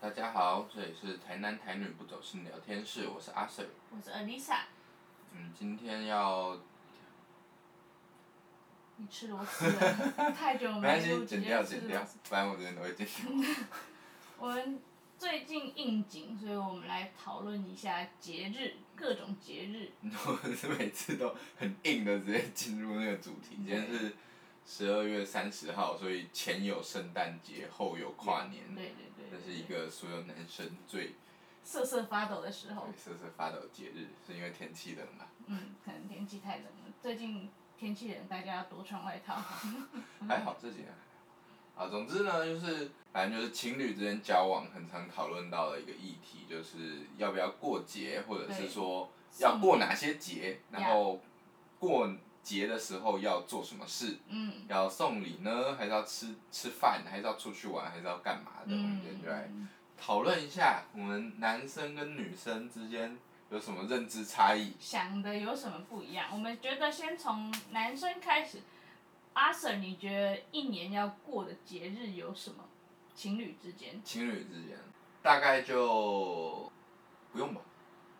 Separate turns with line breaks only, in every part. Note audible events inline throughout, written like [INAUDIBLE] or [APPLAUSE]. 大家好，这里是台南台女不走心聊天室，我是阿 Sir。
我是 Anissa，
嗯，今天要
你吃螺丝了，太久
没关
没
系，
录，直
剪掉
接吃
剪
螺
掉
丝。，
不然我真的会剪掉。
我们最近应景，所以我们来讨论一下节日，各种节日。
我是每次都很硬的直接进入那个主
[LAUGHS]
题。今天是十二月三十号，所以前有圣诞节，后有跨年，
对对对
这
对
是一个所有男生最
瑟瑟发抖的时候
会，瑟瑟发抖的节日，是因为天气冷嘛？
嗯，可能天气太冷了。最近天气冷，大家要多穿外套。
还好这几年还好。啊，总之呢，就是反正就是情侣之间交往很常讨论到的一个议题，就是要不要过节，或者是
对
说
送
要过哪些节，
呀
然后过节的时候要做什么事， [LAUGHS]
嗯
要送礼呢，还是要吃吃饭，还是要出去玩，还是要干嘛的？我们今天就来
嗯，
讨论一下我们男生跟女生之间有什么认知差异。
想的有什么不一样？我们觉得先从男生开始。阿 Sir，你觉得一年要过的节日有什么？情侣之间，
情侣之间大概就不用吧，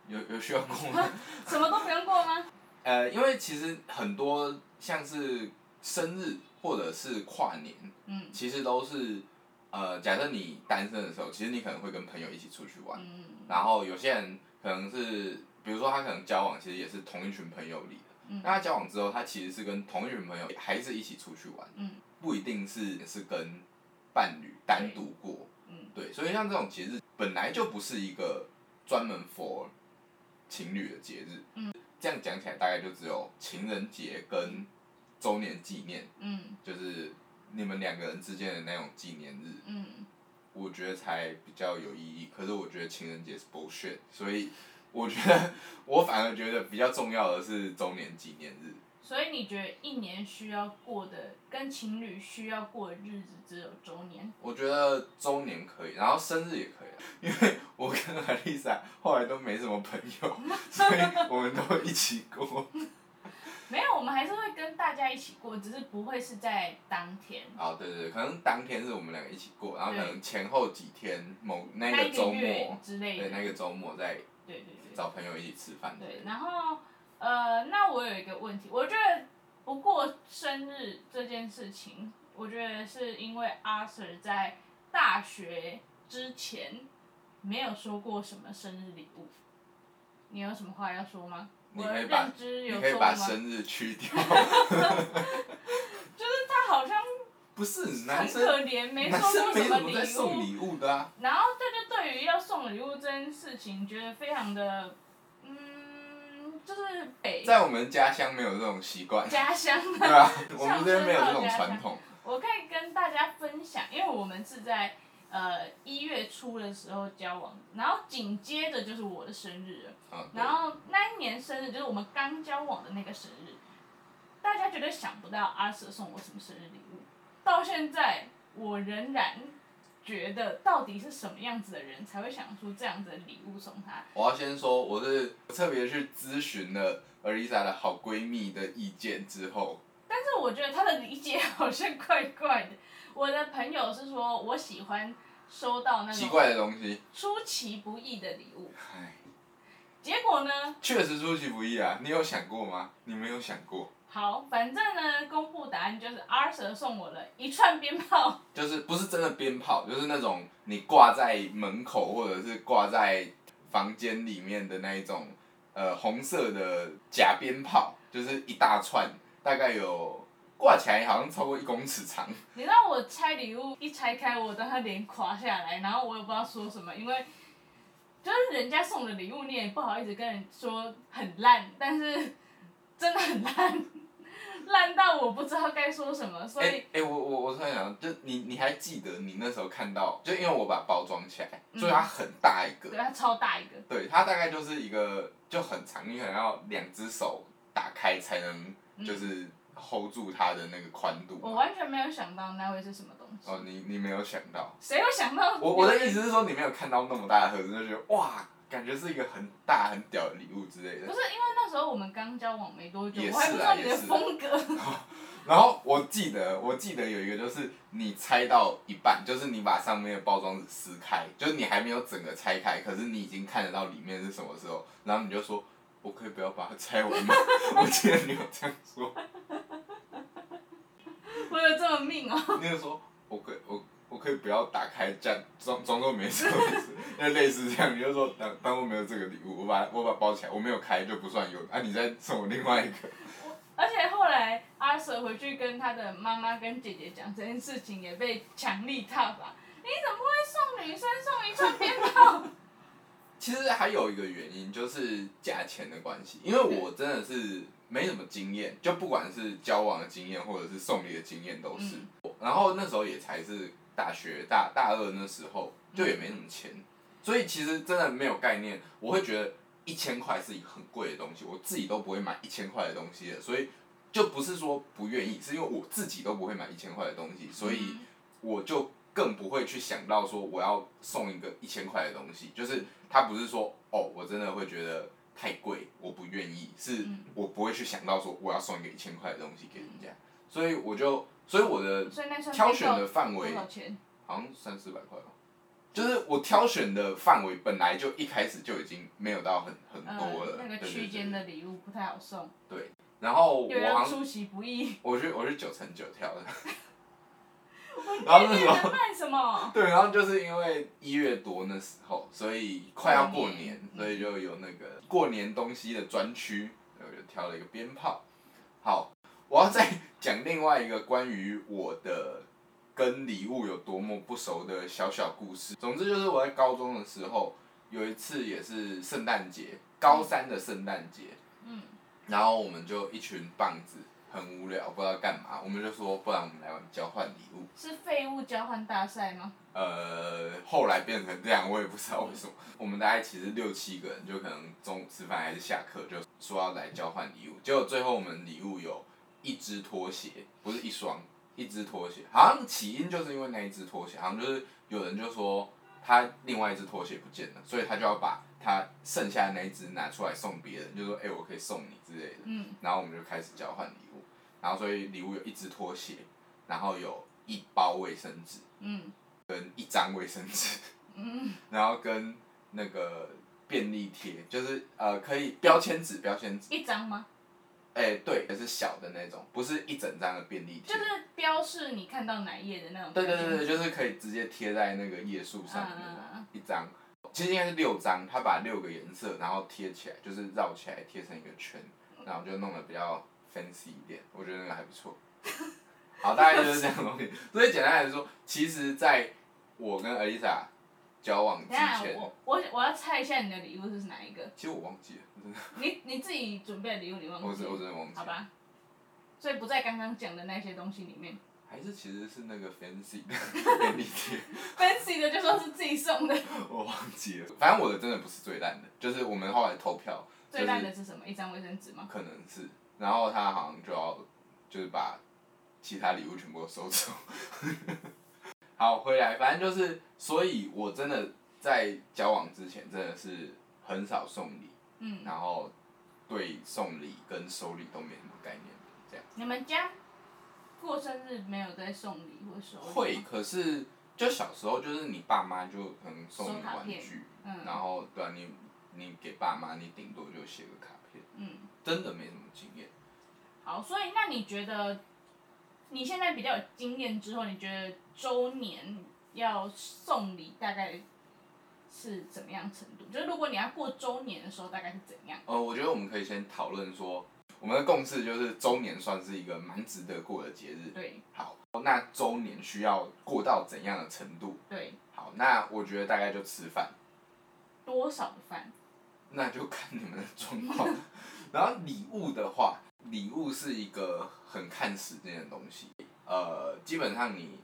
有有需要过吗？
什么都不用过吗？
呃，因为其实很多像是生日或者是跨年，
嗯
其实都是呃，假设你单身的时候，其实你可能会跟朋友一起出去玩，
嗯
然后有些人可能是，比如说他可能交往，其实也是同一群朋友里的，
嗯
那他交往之后，他其实是跟同一群朋友还是一起出去玩，
嗯
不一定是是跟伴侣单独过，
嗯
对，所以像这种节日本来就不是一个专门 for 情侣的节日。
嗯
这样讲起来大概就只有情人节跟周年纪念，
嗯
就是你们两个人之间的那种纪念日，
嗯，
我觉得才比较有意义。可是我觉得情人节是 bullshit，所以我觉得 [LAUGHS] 我反而觉得比较重要的是周年纪念日。
所以你觉得一年需要过的跟情侣需要过的日子只有周年？
我觉得周年可以，然后生日也可以啊，因为我跟阿丽莎后来都没什么朋友， [LAUGHS] 所以我们都一起过。
没有，我们还是会跟大家一起过，只是不会是在当天
哦，对对对，可能当天是我们两个一起过，然后可能前后几天某那
那
个
一
周
个
末
月，之类的。
对那个周末再
对对对
找朋友一起吃饭。
对，然后呃，那我有一个问题，我觉得不过生日这件事情，我觉得是因为阿 Sir 在大学之前没有收过什么生日礼物，你有什么话要说吗？
你
我
可
的
以把
认知
你
有
可以
错误
把
吗？
生日去
[LAUGHS]
掉，
他好像
不是男
很
生，
可怜，没收
男生
过
没
什
怎么在
礼
送
物。
礼物的啊。
然后这就对于要送礼物这件事情，觉得非常的，嗯，就是北
在我们家乡没有这种习惯，
家乡的
对啊，我们这边没有这种传统。
我可以跟大家分享，因为我们是在呃一月初的时候交往，然后紧接着就是我的生日了，
嗯，对
然后那一年生日就是我们刚交往的那个生日，大家绝对想不到阿 Sir 送我什么生日礼物，到现在我仍然觉得到底是什么样子的人才会想出这样子的礼物送他，
我要先说，我是特别去咨询了 Elisa 的好闺蜜的意见之后，
但是我觉得他的理解好像怪怪的，我的朋友是说我喜欢收到那种
奇怪的东西，
出其不意的礼物。
唉，
结果呢，
确实出其不意啊。你有想过吗？你没有想过，
好，反正呢，公布答案就是 R 蛇送我了一串鞭炮， [LAUGHS]
就是不是真的鞭炮，就是那种你挂在门口或者是挂在房间里面的那一种，呃，红色的假鞭炮，就是一大串，大概有挂起来好像超过一公尺长。
你知道我拆礼物一拆开，我的他脸垮下来，然后我也不知道说什么，因为就是人家送的礼物，你也不好意思跟人说很烂，但是真的很烂， [LAUGHS] 烂到我不知道该说什么，所
哎
以、
哎、我我我突然想到，就你你还记得你那时候看到，就因为我把包装起来，
嗯
所以它很大一个，
对它啊超大一个，
对，它大概就是一个就很长，你可能要两只手打开才能
嗯
就是 hold 住它的那个宽度
我
嘛。
完全没有想到那会是什么东西，
哦，你你没有想到，
谁会想到
我我的意思是说你没有看到那么大的盒子，就觉得哇，感觉是一个很大很屌的礼物之类
不
的。
是因为那时候我们刚交往没多久，
也是
我
啊
还不知道你
也
的
是
风格。
然后我记得，我记得有一个就是你拆到一半，就是你把上面的包装纸撕开，就是你还没有整个拆开，可是你已经看得到里面是什么时候，然后你就说：“我可以不要把它拆完吗？” [LAUGHS] 我记得你有这样说，
我有这么命哦、
你就说：“我可以我我可以不要打开，这样装装作没事没事。”就类似这样，你就说：“当当我没有这个礼物，我把我把它包起来，我没有开就不算有。”啊，你再送我另外一个，
而且后来阿 Sir 回去跟他的妈妈跟姐姐讲这件事情，也被强力挞伐。你怎么会送女生送一串鞭
[LAUGHS]
炮？
其实还有一个原因就是价钱的关系，因为我真的是没什么经验，就不管是交往的经验或者是送礼的经验都
嗯
是。然后那时候也才是大学大大二那时候，就也没什么钱，所以其实真的没有概念。我会觉得一千块是一个很贵的东西，我自己都不会买一千块的东西的，所以就不是说不愿意，是因为我自己都不会买一千块的东西，所以。
嗯
我就更不会去想到说我要送一个一千块的东西，就是他不是说哦，我真的会觉得太贵，我不愿意，是
嗯
我不会去想到说我要送一个一千块的东西给人家，所以我就，所以我的
嗯所以那嗯算
挑选的范
多
围
少钱？
好像三四百块吧，就是我挑选的范围本来就一开始就已经没有到很很多了，
呃，那个
对
区
对对。
间的礼物不太好送，
然后
有
我好像
人出其不意。
我去我去九乘九跳的， [LAUGHS] [LAUGHS] 然后
那
那
你
时候
能卖什么？
对，然后就是因为一月多那时候，所以快要过
过
年
年，
所以就有那个过年东西的专区，所以我就挑了一个鞭炮。好，我要再 [LAUGHS] 讲另外一个关于我的跟礼物有多么不熟的小小故事。总之就是我在高中的时候，有一次也是圣诞节，高三的圣诞节，
嗯，
然后我们就一群棒子，很无聊，不知道干嘛，我们就说，不然我们来玩交换礼物。
是废物交换大赛吗？
呃，后来变成这样，我也不知道为什么。我们大概其实六七个人，就可能中午吃饭还是下课，就说要来交换礼物。结果最后我们礼物有一只拖鞋，不是一双，一只拖鞋。好像起因就是因为那一只拖鞋，好像就是有人就说他另外一只拖鞋不见了，所以他就要把他剩下的那一只拿出来送别人，就说：“哎、我可以送你之类的。”
嗯，
然后我们就开始交换礼物，然后所以礼物有一只拖鞋，然后有一包卫生纸。
嗯
跟一张卫生纸，
嗯
然后跟那个便利贴，就是呃可以标签纸，标签纸，
一张吗？
哎、对，也是小的那种，不是一整张的便利贴
就。是标示你看到哪页的那种。
对对对对，。就是可以直接贴在那个页数上面
嗯嗯嗯
的一张，其实应该是六张，他把六个颜色然后贴起来，就是绕起来贴成一个圈，然后就弄得比较 fancy 一点，我觉得那个还不错。好，大概就是这样的东西。所以简单来说，其实在我跟 Elisa 交往之
嗯等一下
前，
我我我要猜一下你的礼物是哪一个？
其实我忘记了，真的，
你你自己准备的礼物你忘
我
记
真我
了？
真的忘记
好
了。
吧，所以不在刚刚讲的那些东西里面。 [LAUGHS]
还是其实是那个 fancy 的便利贴，
fancy 的就说是自己送的，
我忘记了。反正我的真的不是最烂的，就是我们后来投票，
最烂的是什么？一张卫生纸吗？
可能是，然后他好像就要就是把其他礼物全部都收走。 [LAUGHS] 好，回来，反正就是，所以我真的在交往之前真的是很少送礼，
嗯，
然后对送礼跟收礼都没什么概念，这样。
你们家过生日没有在送礼或收礼吗
会，，可是就小时候，就是你爸妈就可能送
收
你
卡
玩
片
具，然
嗯
后对啊，你你给爸妈，你顶多就写个卡片，
嗯，
真的没什么经验。
好，所以那你觉得你现在比较有经验之后，你觉得周年要送礼大概是怎么样程度？就是如果你要过周年的时候，大概是怎样？
呃，我觉得我们可以先讨论说，我们的共识就是周年算是一个蛮值得过的节日。
对
好，那周年需要过到怎样的程度？
对，
好，那我觉得大概就吃饭，
多少的饭？
那就看你们的状况。 [LAUGHS] 然后礼物的话，礼物是一个很看时间的东西。呃，基本上你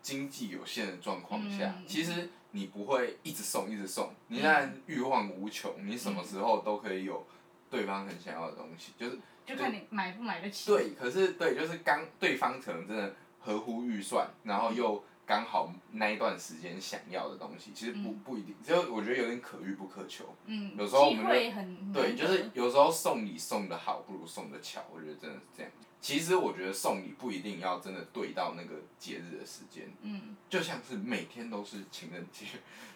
经济有限的状况下，
嗯
其实你不会一直送一直送，你当然欲望无穷，你什
嗯
么时候都可以有对方很想要的东西，就是
就看你买不买得起。嗯
对，可是对，就是刚对方可能真的合乎预算，然后又刚好那一段时间想要的东西，其实不
嗯
不一定，就我觉得有点可遇不可求。
嗯，
有时候我们
机会很
对，
难
就
得
是有时候送礼送的好，不如送的巧，我觉得真的是这样。其实我觉得送礼不一定要真的对到那个节日的时间，
嗯
就像是每天都是情人节，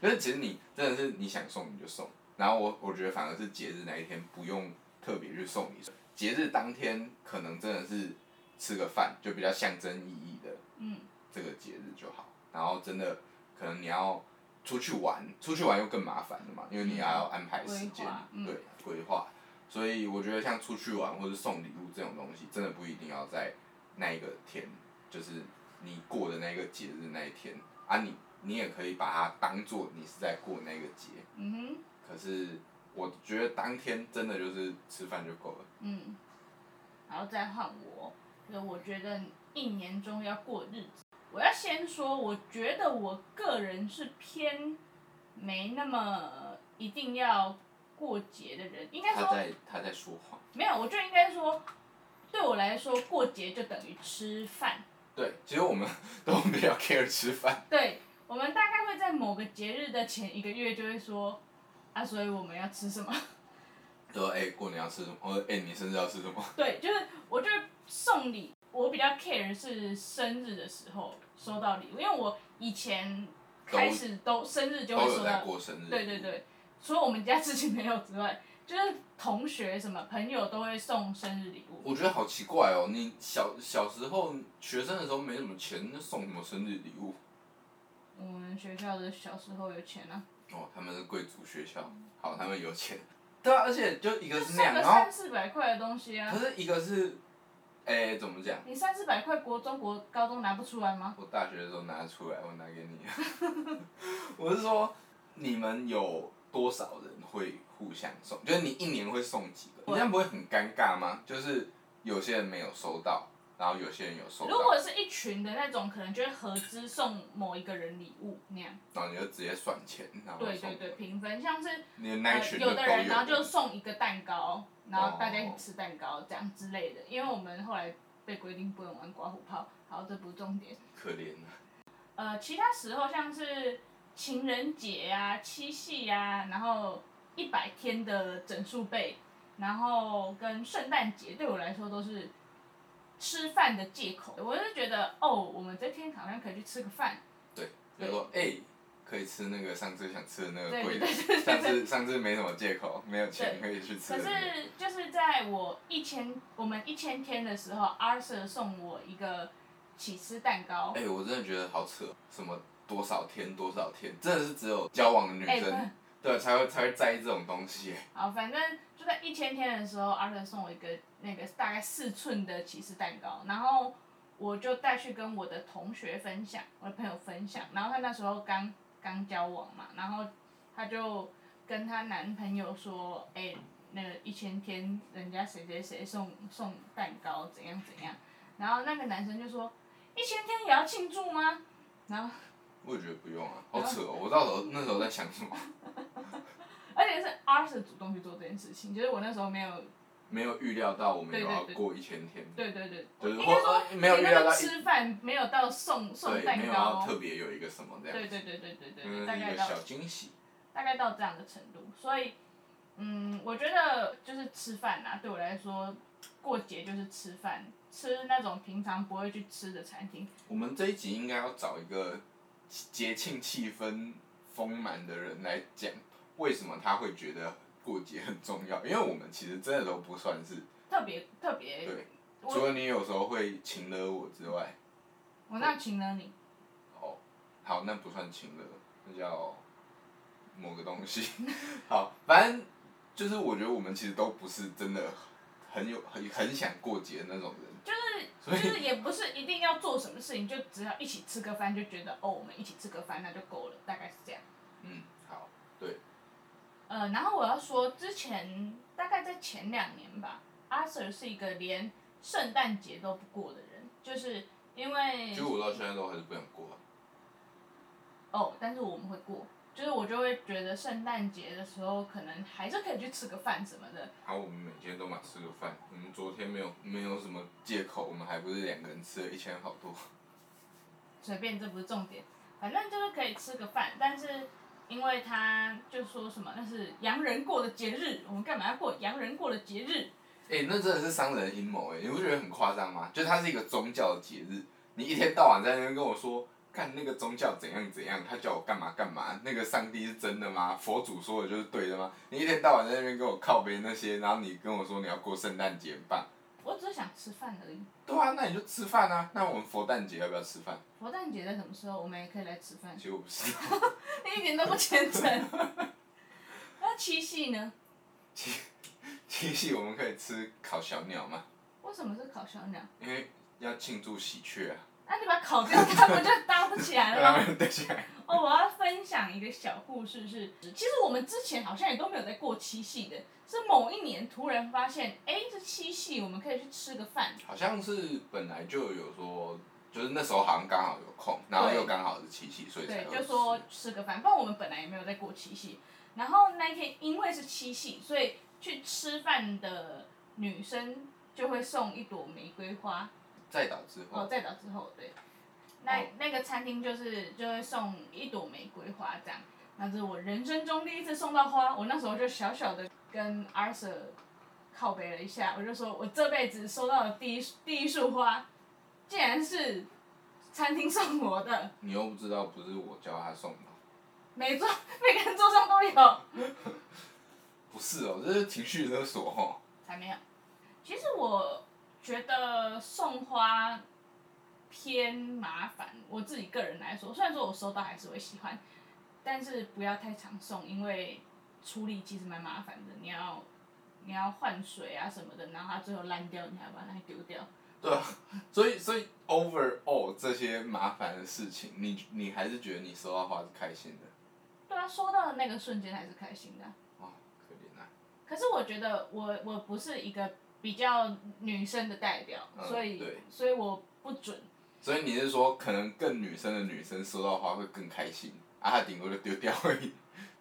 就是其实你真的是你想送你就送，然后我我觉得反而是节日那一天不用特别去送礼，节日当天可能真的是吃个饭就比较象征意义的
嗯
这个节日就好，然后真的可能你要出去玩，出去玩又更麻烦了嘛，因为你还要安排时
规
间
划，嗯
对规划，所以我觉得像出去玩或者送礼物这种东西，真的不一定要在那一个天，就是你过的那个节日那一天啊你，你也可以把它当做你是在过那个节，
嗯哼
可是我觉得当天真的就是吃饭就够了。
嗯，然后再换我，就我觉得一年中要过日子，我要先说，我觉得我个人是偏没那么一定要过节的人，应该
他
说
在他在说谎，
没有，我就应该说，对我来说过节就等于吃饭。
对，其实我们都比较 [LAUGHS] care 吃饭，
对，我们大概会在某个节日的前一个月就会说，啊，所以我们要吃什么？
就说哎、过年要吃什么，或者哎、你生日要吃什么。
对，就是我觉得送礼，我比较 care 是生日的时候收到礼物，因为我以前开始都生日就
都
会
有
收
在
到，
过生日。
对对。对，除了我们家自己没有之外，就是同学什么朋友都会送生日礼物。
我觉得好奇怪哦，你小小时候学生的时候没什么钱，那送什么生日礼物？
我们学校的小时候有钱啊，
哦，他们是贵族学校，好，他们有钱。对啊，而且就一个
就是送
那样，
个
然后
三四百块的东西啊
可。是一个是，哎、怎么讲？
你三四百块国中国高中拿不出来吗？
我大学的时候拿出来，我拿给你。 [LAUGHS] 我是说，你们有多少人会互相送？就是你一年会送几个？你这样不会很尴尬吗？就是有些人没有收到，然后有些人有收到。
如果是一群的那种，可能就会合资送某一个人礼物那样。
然后你就直接算钱，然后
对
送
对对，平分，像是
你的那一
呃
群
有
都
的
有
人然后就送一个蛋糕，然后大家一
哦
起吃蛋糕这样之类的。因为我们后来被规定不能玩刮胡泡，好，这不是重点。
可怜啊，
呃，其他时候像是情人节啊、七夕啊，然后一百天的整数倍，然后跟圣诞节对我来说都是吃饭的借口。我是觉得哦，我们这天好像可以去吃个饭，
就说哎、可以吃那个上次想吃的那个
对
贵
对
的，
对
上
对对。
次上次没什么借口，没有钱可以去吃
可
的那
是
个。
就是在我一千我们一千天的时候，Arthur 送我一个起司蛋糕。
哎、我真的觉得好扯，什么多少天多少天，真的是只有交往的女
哎
生、
不
对才会才会在意这种东西。
好，反正就在一千天的时候，Arthur 送我一个那个大概四寸的起司蛋糕，然后我就带去跟我的同学分享，我的朋友分享，然后她那时候刚刚交往嘛，然后她就跟她男朋友说，哎、那个一千天人家谁谁谁送送蛋糕怎样怎样，然后那个男生就说，一千天也要庆祝吗？然后
我也觉得不用啊，好扯
嗯
哦！我到时候那时候在想什么，
而且是 Arthur 主动去做这件事情，就是我那时候没有，
没有预料到我们
对
有
对
要
对
过一千天，
对对对，
就是
应
或
该说
呃没有预
你
料
那
到
个
一
吃饭没有到送送
对，没
蛋
有要
糕，哦
特别有一个什么这样子，
对对对对对对
嗯
对，大
一
概
个
到
小惊喜。
大概到这样的程度，所以嗯，我觉得就是吃饭啊，对我来说，过节就是吃饭，吃那种平常不会去吃的餐厅，
我们这一集应该要找一个节庆气氛丰满的人来讲，为什么他会觉得过节很重要？因为我们其实真的都不算是，
特别特别，
对
我
除了你有时候会请了我之外，
我那请了你，
哦，好，那不算请了，那叫某个东西。 [LAUGHS] 好，反正就是我觉得我们其实都不是真的很有很很想过节的那种人，
就是就是也不是一定要做什么事情，就只要一起吃个饭就觉得哦，我们一起吃个饭那就够了，大概是这样。
嗯，好，
呃，然后我要说，之前大概在前两年吧，阿 Sir 是一个连圣诞节都不过的人，就是因为
其实我到现在都还是不想过啊、
哦，但是我们会过，就是我就会觉得圣诞节的时候，可能还是可以去吃个饭什么的。
然后我们每天都嘛吃个饭，我们昨天没有没有什么借口，我们还不是两个人吃了一千好多。
随便，这不是重点，反正就是可以吃个饭。但是因为他就说什么那是洋人过的节日，我们干嘛要过洋人过的节日？
哎、那真的是商人的阴谋哎，你不觉得很夸张吗？就它是一个宗教的节日，你一天到晚在那边跟我说，看那个宗教怎样怎样，他叫我干嘛干嘛，那个上帝是真的吗？佛祖说的就是对的吗？你一天到晚在那边跟我靠背那些，然后你跟我说你要过圣诞节很棒，
我只是想吃饭而已。
对啊，那你就吃饭啊，那我们佛诞节要不要吃饭？
佛诞节在什么时候？我们也可以来吃饭
其，实我不是， [LAUGHS]
一点都不虔诚。那七夕呢？
七夕我们可以吃烤小鸟嘛，
为什么是烤小鸟？
因为要庆祝喜鹊啊，
那、你把它烤掉，它不就搭不起来了
让 [LAUGHS]
吗？
他们对起来。
哦，我要分享一个小故事是，其实我们之前好像也都没有在过七夕的，是某一年突然发现，哎，这七夕我们可以去吃个饭，
好像是本来就有说，就是那时候好像刚好有空，然后又刚好是七夕，所以才
对，
会
就说吃个饭，不然我们本来也没有在过七夕。然后那一天因为是七夕，所以去吃饭的女生就会送一朵玫瑰花，
再导致
哦，
后，
再早之后，对，那、
哦
那个餐厅就是就会送一朵玫瑰花这样，那是我人生中第一次送到花，我那时候就小小的跟 Arthur 靠背了一下，我就说我这辈子收到的第一第一束花，竟然是餐厅送我的，
你又不知道不是我叫他送的，
每桌每个人桌上都有，
不是哦，这是情绪勒索哦。 [LAUGHS]
才没有。其实我觉得送花偏麻烦，我自己个人来说，虽然说我收到还是会喜欢，但是不要太常送，因为处理其实蛮麻烦的，你要你要换水啊什么的，然后它最后烂掉，你还要把它丢掉。
对啊，所以所以 overall 这些麻烦的事情，你你还是觉得你收到花是开心的，
对啊，收到的那个瞬间还是开心的啊、
哇、可怜啊。
可是我觉得我我不是一个比较女生的代表，
嗯
所以
对
所以我不准。
所以你是说，可能更女生的女生收到花会更开心，啊，她顶多就丢掉而已，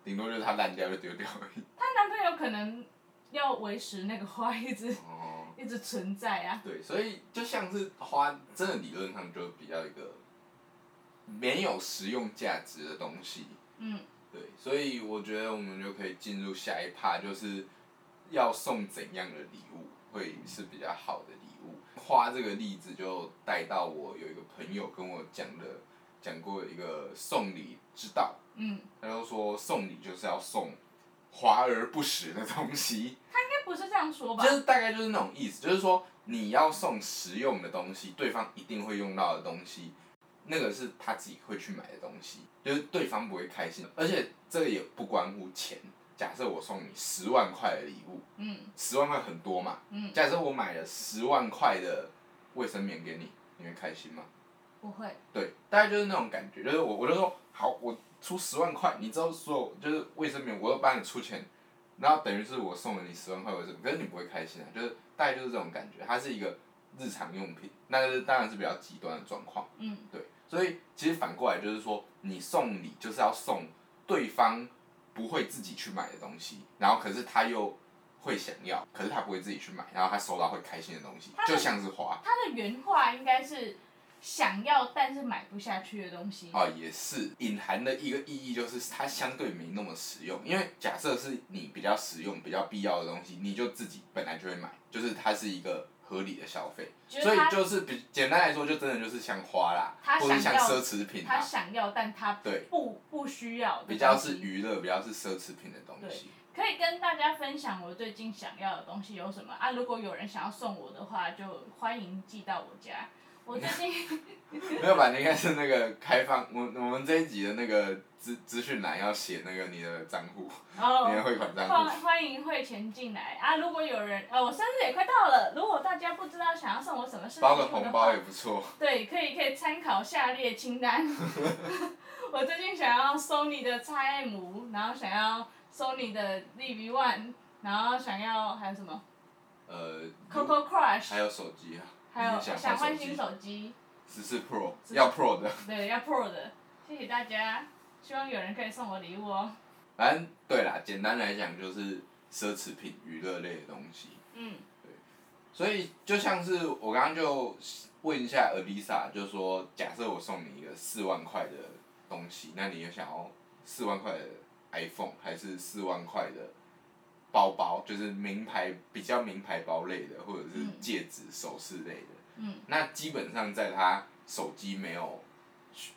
顶多就是她烂掉就丢掉而已。
她男朋友可能要维持那个花一直
哦。
一直存在啊。
对，所以就像是花，真的理论上就比较一个没有实用价值的东西。
嗯，
对，所以我觉得我们就可以进入下一趴，就是要送怎样的礼物会是比较好的礼物。花这个例子就带到我有一个朋友跟我讲的，讲过一个送礼之道，
嗯，
他就说送礼就是要送华而不实的东西。
应该不是这样说吧
就？是大概就是那种意思，就是说你要送实用的东西，对方一定会用到的东西，那个是他自己会去买的东西，就是对方不会开心，而且这个也不关乎钱。假设我送你十万块的礼物，
嗯
十万块很多嘛，
嗯，
假设我买了十万块的卫生棉给你，你会开心吗？
不会。
对，大概就是那种感觉，就是我我就说好，我出十万块，你知道所有就是卫生棉，我都帮你出钱，然后等于是我送了你十万块卫生棉，可是你不会开心啊，就是大概就是这种感觉，它是一个日常用品，那是当然是比较极端的状况，
嗯
对，所以其实反过来就是说，你送礼就是要送对方不会自己去买的东西，然后可是他又会想要，可是他不会自己去买，然后他收到会开心的东西
他，
就
的
像是花，
他的原话应该是想要但是买不下去的东西。
啊，也是隐含的一个意义，就是它相对没那么实用。因为假设是你比较实用、比较必要的东西，你就自己本来就会买，就是它是一个合理的消费。
就
所
是
以
他
就是比简单来说，就真的就是像花啦，
他
或者
想
像
要
奢侈品
他
啊，
想要但他
对
不不需要的
比较
东西
是娱乐，比较是奢侈品的东西。
可以跟大家分享我最近想要的东西有什么啊？如果有人想要送我的话，就欢迎寄到我家。我最
[LAUGHS]
近
没有吧？你应该是那个开放，我我们这一集的那个资资讯栏要写那个你的账户，
哦
你的汇款账户。
欢欢迎汇钱进来啊！如果有人呃，我生日也快到了，如果大家不知道想要送我什么事情
包个
的
红
话
包也不错，
对，可以可以参考下列清
[LAUGHS]
单。 [LAUGHS] 我最近想要 Sony 的 XM，然后想要 Sony 的 ZV One，然后想要还有什么
呃，
Coco
还
Crush，
有手机啊，
还有
你想
想换
机
新手机，
十四 Pro
14
要 Pro 的，
对，要 Pro 的。谢谢大家，希望有人可以送我礼物哦。
反正对啦，简单来讲就是奢侈品、娱乐类的东西。
嗯，
所以就像是我刚刚就问一下 Elisa，就说假设我送你一个四万块的东西，那你又想要四万块的 iPhone 还是四万块的包包，就是名牌比较名牌包类的，或者是
嗯
戒指、首饰类的？
嗯，
那基本上在他手机没有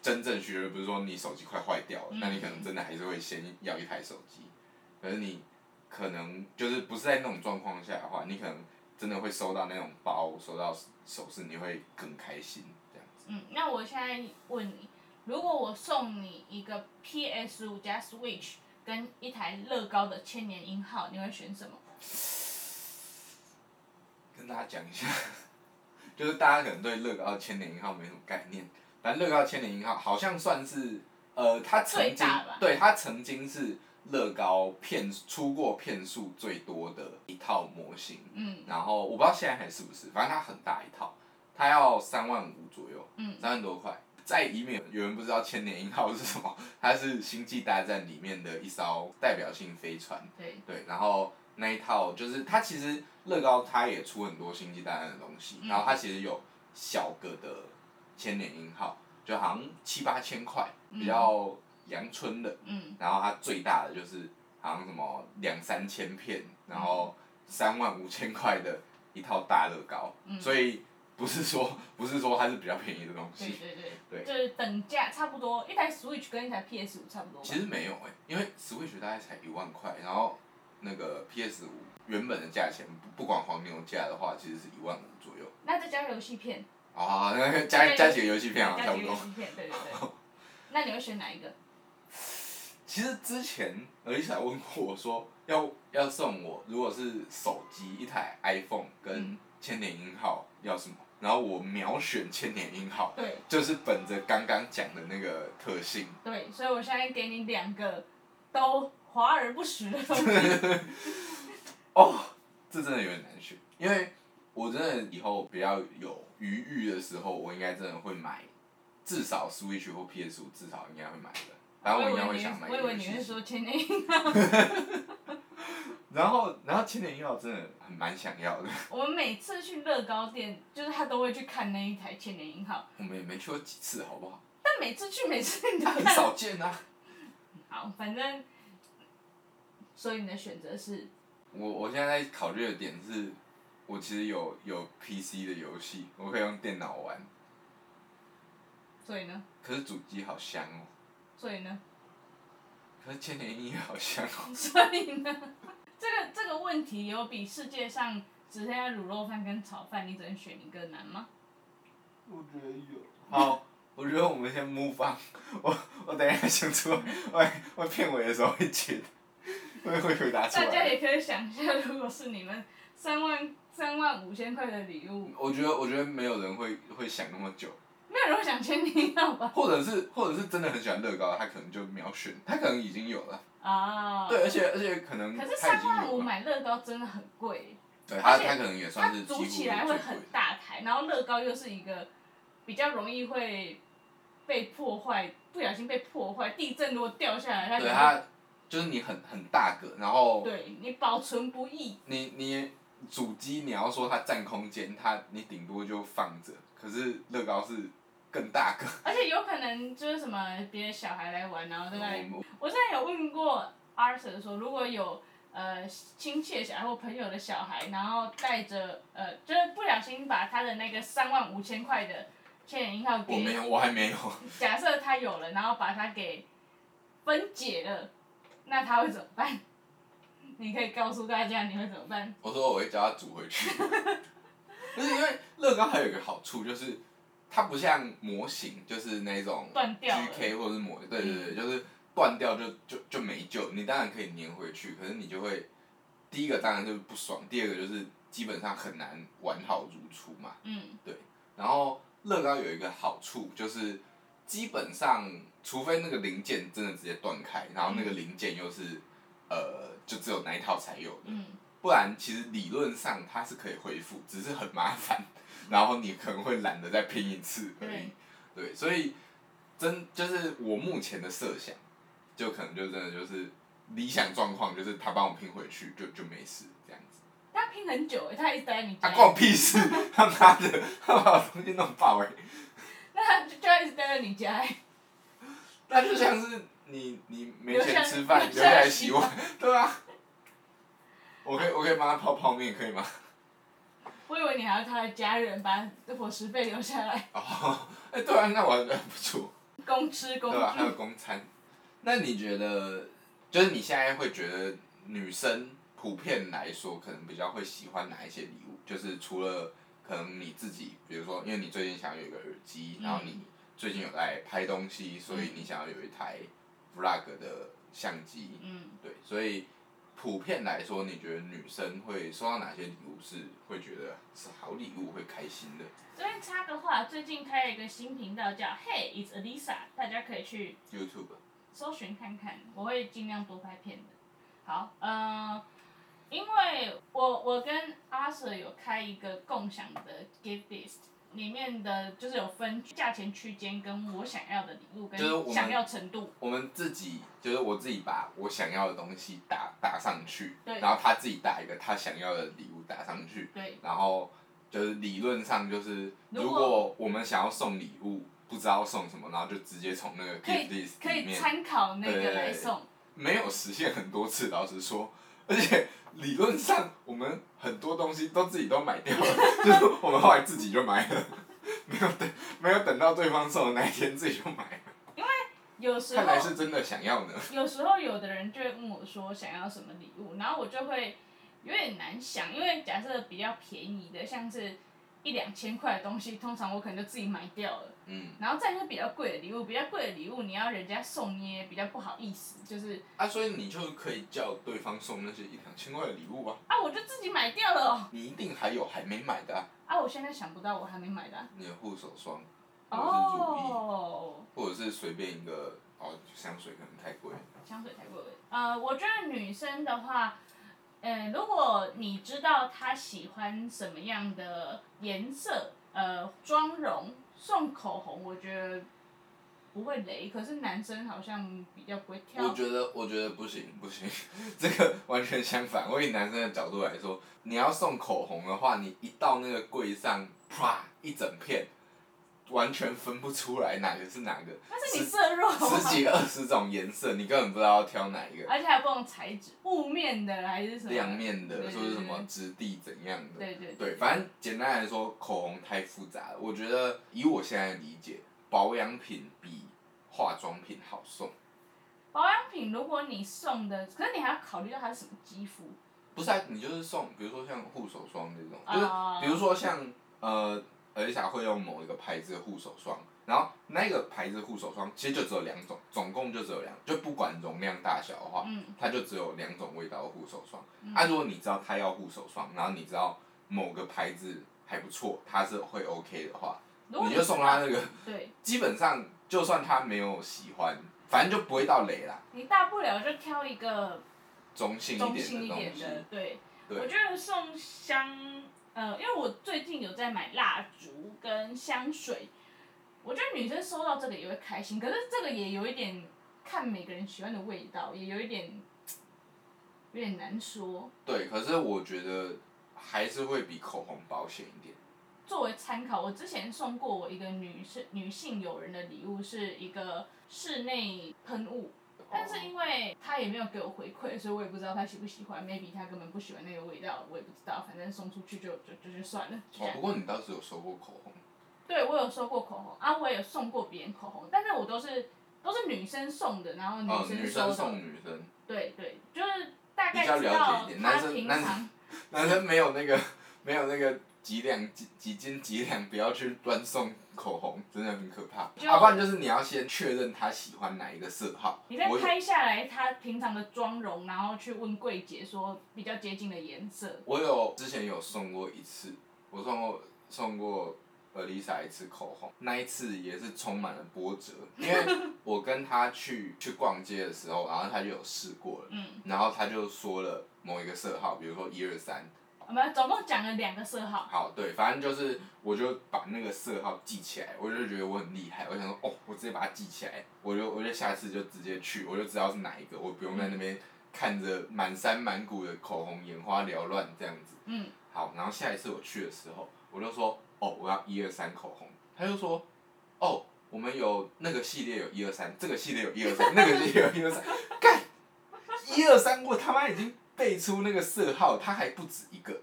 真正学会，不是说你手机快坏掉了，
嗯
那你可能真的还是会先要一台手机。可是你可能就是不是在那种状况下的话，你可能真的会收到那种包，收到首饰，你会更开心这样子。
嗯，那我现在问你，如果我送你一个 PS 五加 Switch 跟一台乐高的千年鹰号，你会选什么？
跟大家讲一下， [LAUGHS] 就是大家可能对乐高的千年一号没什么概念，但乐高千年一号好像算是呃，它曾
最
经
大吧
对它曾经是乐高片出过片数最多的一套模型，
嗯
然后我不知道现在还是不是，反正它很大一套，它要三万五左右，
嗯
三万多块。在以免有人不知道千年一号是什么，它是星际大战里面的一艘代表性飞船，
对，
对，然后那一套就是它其实乐高它也出很多星际大战的东西，
嗯
然后它其实有小个的千年鹰号，就好像七八千块，比较阳春的，
嗯
然后它最大的就是好像什么两三千片，然后三万五千块的一套大乐高，
嗯，
所以不是说不是说它是比较便宜的东
对
西，
对
对
对，就是等价差不多，一台 Switch 跟一台 PS 五差不多吧
其。实没有哎、因为 Switch 大概才一万块，然后那个 PS 五原本的价钱不不管黄牛价的话，其实是一万五左右。
那再加游戏片，
啊，那个加
对
加几个游戏片好像
加
差
几
不
个
多
游。戏片，对对对。那你会选哪一个？
其实之前 Elisa 问过我说，要要送我，如果是手机一台 iPhone 跟
嗯
千年鹰号要什么，然后我秒选千年鹰号，
对
就是本着刚刚讲的那个特性，
对，所以我现在给你两个都华而不实的
[LAUGHS]
东西。
哦，这真的有点难选，因为我真的以后比较有余裕的时候，我应该真的会买，至少 Switch 或 PS 五至少应该会买的，反正我应该
我以为
会
你
想买。
我以为你会说千年鹰，
然后，然后千年鹰号真的很蛮想要的， [LAUGHS]
我们每次去乐高店，就是他都会去看那一台千年鹰号，
我们也没去过几次，好不
[LAUGHS]
好？
但每次去每次你都 [LAUGHS]
很
看。
少见啊。
好，反正，所以你的选择是，
我我现在在考虑的点是，我其实有有 PC 的游戏，我可以用电脑玩，
所以呢，
可是主机好香哦，
所以呢，
可是千年鹰也好香哦。
[LAUGHS] 所以呢，这个这个问题有比世界上只剩下卤肉饭跟炒饭，你只能选一个难吗？
我觉得有。好，我觉得我们先 move on。我我等一下想出来，我我片尾的时候会觉得，会会回答出
大家
来。
也可以想一下，如果是你们三万三万五千块的礼物，
我觉得我觉得没有人会会想那么久。
没有人会想千年鹰号吧？
或者是或者是真的很喜欢乐高，他可能就秒选，他可能已经有了，
啊，
[LAUGHS] 对，而且而且可能
可是
他已
三
经
万
有
五
了，
买乐高真的很贵，
对他
而且
他可能也
它
算是几乎
煮
是
起
最
来
贵
会
的
很大台，然后乐高又是一个比较容易会被破坏，不小心被破坏，地震如果掉下来，它
对
它
他就是你很很大个，然后
对你保存不易，
你你主机你要说它占空间，它你顶多就放着，可是乐高是更大个，
而且有可能就是什么别的小孩来玩，然后在那里。
我
我之前有问过 Arthur 说，如果有呃亲戚的小孩或朋友的小孩，然后带着呃，就是不小心把他的那个三万五千块的千元银号给
我没有我还没有，
假设他有了，然后把它给分解了，那他会怎么办？ [LAUGHS] 你可以告诉大家你会怎么办？
我说我会叫他煮回
[LAUGHS]
去，不是因为乐高还有一个好处就是。它不像模型，就是那种
断掉了嗯
GK 或者是模，对对对，就是断掉就就就没救。你当然可以粘回去，可是你就会第一个当然就是不爽，第二个就是基本上很难完好如初嘛。
嗯
然后乐高有一个好处就是，基本上除非那个零件真的直接断开，然后那个零件又是呃就只有那一套才有的，
嗯，
不然其实理论上它是可以恢复，只是很麻烦，然后你可能会懒得再拼一次而已。对，所以真就是我目前的设想，就可能就真的就是理想状况，就是他帮我拼回去就就没事这样子。
但他拼很久哎，他一直待在你家
啊，
里，
关我屁事！他妈的，他把我东西弄爆哎、
[LAUGHS] 那他就就要一直待在你家哎。
那就像是你你没
留下
钱吃饭，留
留下
下
来
来洗碗， [LAUGHS] 对啊。我可以我可以帮他泡泡面，可 [LAUGHS] 以吗？
我以为你还要他的家人把伙食费留下来，
哦，哎、对啊，那我还不错，
供吃供
对啊吧、还有
住。
公餐。那你觉得，就是你现在会觉得女生普遍来说，可能比较会喜欢哪一些礼物？就是除了可能你自己，比如说，因为你最近想要有一个耳机，
嗯
然后你最近有在拍东西，所以你想要有一台 vlog 的相机，
嗯，
对，所以普遍来说，你觉得女生会收到哪些礼物是会觉得是好礼物，会开心的？
这边插个话，最近开了一个新频道叫 Hey It's Alisa，大家可以去
YouTube
搜寻看看，我会尽量多拍片的。好，呃，因为我我跟阿 Sir 有开一个共享的 gift list，里面的就是有分价钱区间跟我想要的礼物
就是我
跟
们
想要程度。
我们自己就是我自己把我想要的东西打打上去，
对
然后他自己打一个他想要的礼物打上去，
对，
然后就是理论上就是
如果
如果我们想要送礼物，不知道送什么，然后就直接从那个
可
gift
以
list
可
里
以
面
参考那
对对
个
对
来送。
没有实现很多次，老实说， [LAUGHS] 而且理论上我们很多东西都自己都买掉了， [LAUGHS] 就是我们后来自己就买了， [LAUGHS] 没有等没有等到对方送的那一天自己就买了，
有时
看来
候
是真的想要呢。
有时候有的人就会问我说想要什么礼物，然后我就会有点难想，因为假设比较便宜的，像是一两千块的东西，通常我可能就自己买掉了。
嗯，
然后再就是比较贵的礼物，比较贵的礼物你要人家送你也比较不好意思，就是
啊，所以你就可以叫对方送那些一两千块的礼物啊，
啊我就自己买掉了哦、
你一定还有还没买的、啊，
啊我现在想不到我还没买的啊、
你的护手霜，或者是乳液，
哦，
或者是随便一个哦，香水可能太贵了，
香水太贵了。呃，我觉得女生的话，呃，如果你知道她喜欢什么样的颜色，呃，妆容送口红，我觉得不会雷。可是男生好像比较不会挑。
我觉得，我觉得不行， [LAUGHS] 不行，这个完全相反。我以男生的角度来说，你要送口红的话，你一到那个柜上，啪，一整片，完全分不出来哪个是哪个，
[LAUGHS] 但是你色弱好不好
十几二十种颜色，你根本不知道要挑哪一个。
[LAUGHS] 而且还不同材质，雾面的还是什么？
亮面的，
对
说是什么质地怎样的，
对对
对，反正简单来说，口红太复杂了。我觉得以我现在的理解，保养品比化妆品好送。
保养品，如果你送的，可是你还要考虑到它是什么肌肤。
不是啊，你就是送，比如说像护手霜这种，就是
啊
比如说像呃，尔霞会用某一个牌子的护手霜，然后那个牌子护手霜其实就只有两种，总共就只有两，就不管容量大小的话，
嗯，
它就只有两种味道的护手霜。
嗯
啊，如果你知道它要护手霜，然后你知道某个牌子还不错，它是会 OK 的话，
如果
你就送他那个，
对
基本上就算他没有喜欢，反正就不会到雷啦，
你大不了就挑一个
中性一
中
点
性
的
一
东
点
西。
的。对，
对
我觉得送香，呃，因为我最近有在买蜡烛跟香水，我觉得女生收到这个也会开心，可是这个也有一点看每个人喜欢的味道，也有一点有点难说。
对，可是我觉得还是会比口红保险一点。哦
作为参考，我之前送过我一个女生女性友人的礼物是一个室内喷雾，但是因为她也没有给我回馈，所以我也不知道她喜不喜欢。maybe [LAUGHS] 她根本不喜欢那个味道，我也不知道，反正送出去就就就就算了，就这
哦，
样
不。过你倒是有收过口红，
对我有收过口红啊，我也有送过别人口红，但是我都是都是女生送的，然后
哦，
女
女
收
生
的。
送女生，
对对，就是大概
比较
知
了
道
解一点男
她
生
平
男生
常
男生没有那个 [LAUGHS] 没有那个几两几几斤几两，不要去乱送口红，真的很可怕。啊
就
要不然就是你要先确认他喜欢哪一个色号。
你再
我有
拍下来她平常的妆容，然后去问柜姐说比较接近的颜色。
我有之前有送过一次，我送过送过 Elisa 一次口红，那一次也是充满了波折，因为我跟他去 [LAUGHS] 去逛街的时候，然后他就有试过了，
嗯，
然后他就说了某一个色号，比如说一二三，
我们总共讲了两个色号，
好，对，反正就是我就把那个色号记起来，我就觉得我很厉害，我想说哦，我直接把它记起来，我就我就下次就直接去，我就知道是哪一个，我不用在那边。看着满山满谷的口红，眼花缭乱这样子。
嗯，
好，然后下一次我去的时候，我就说哦，我要一二三口红。他就说哦，我们有那个系列有一二三，这个系列有一二三，那个系列有一二三，干一二三，我他妈已经背出那个色号，它还不止一个，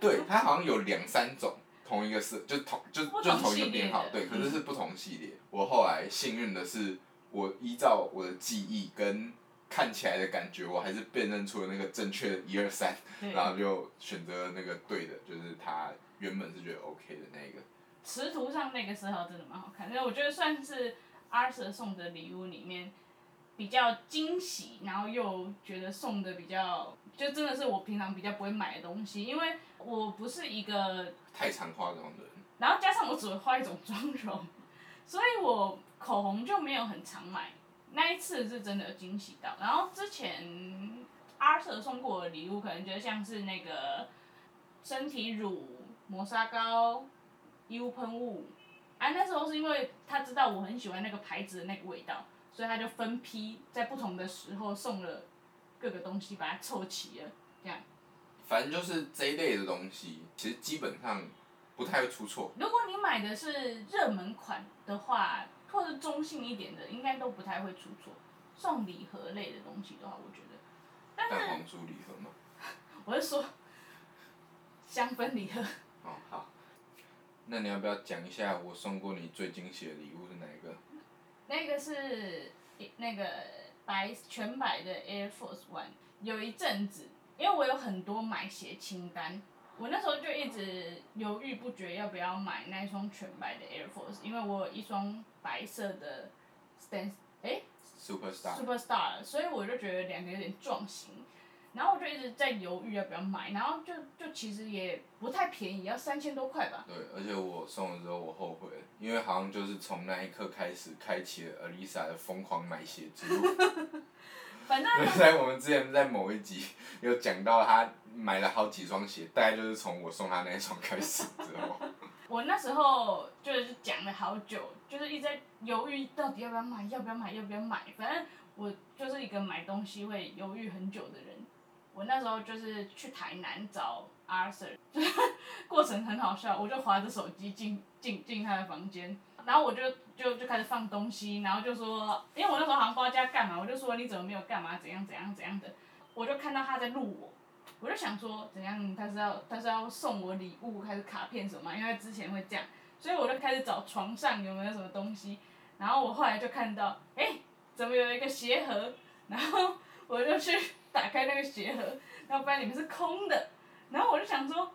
对，它好像有两三种同一个色，就同就
不同
就同一
系
个
列
编号
的，
对，可是
嗯
是不同系列。我后来幸运的是，我依照我的记忆跟看起来的感觉，我还是辨认出了那个正确的一二三。
对，
然后就选择那个对的，就是他原本是觉得 OK 的那个。
池图上那个时候真的蛮好看，那我觉得算是阿 Sir 送的礼物里面比较惊喜，然后又觉得送的比较，就真的是我平常比较不会买的东西，因为我不是一个，
太常化妆的人，
然后加上我只会画一种妆容，所以我口红就没有很常买。那一次是真的有惊喜到，然后之前阿 Sir 送过我的礼物，可能就像是那个身体乳、磨砂膏、衣物喷雾。啊，那时候是因为他知道我很喜欢那个牌子的那个味道，所以他就分批在不同的时候送了各个东西，把它凑齐了。这样，
反正就是这一类的东西，其实基本上不太会出错。
如果你买的是热门款的话，或者中性一点的，应该都不太会出错。送礼盒类的东西的话，我觉得，但
蛋
是
黄酥礼盒嘛，
我是说香氛礼盒，
哦好，那你要不要讲一下我送过你最惊喜的礼物是哪一个？
那个是那个白全白的 Air Force One，有一阵子，因为我有很多买鞋清单，我那时候就一直犹豫不决要不要买那双全白的 Air Force，因为我有一双白色的 Stan 哎、
Superstar。
Superstar，所以我就觉得两个有点撞型，然后我就一直在犹豫要不要买，然后就就其实也不太便宜，要三千多块吧。
对，而且我送的时候我后悔了，因为好像就是从那一刻开始，开启了 Alisa 的疯狂买鞋之路。[LAUGHS]
反正
在我们之前在某一集有讲到，他买了好几双鞋，大概就是从我送他那一双开始之后，
我那时候就是讲了好久，就是一直在犹豫到底要不要买，要不要买，要不要买。反正我就是一个买东西会犹豫很久的人。我那时候就是去台南找阿 Sir，过程很好笑，我就划着手机进进进他的房间，然后我就就就开始放东西，然后就说，因为我那时候好像不知道在干嘛，我就说你怎么没有干嘛，怎样怎样怎样的，我就看到他在录我，我就想说，怎样？他是要他是要送我礼物还是卡片什么嘛？因为他之前会这样，所以我就开始找床上有没有什么东西。然后我后来就看到，哎、怎么有一个鞋盒？然后我就去 [LAUGHS] 打开那个鞋盒，然后发现里面是空的。然后我就想说，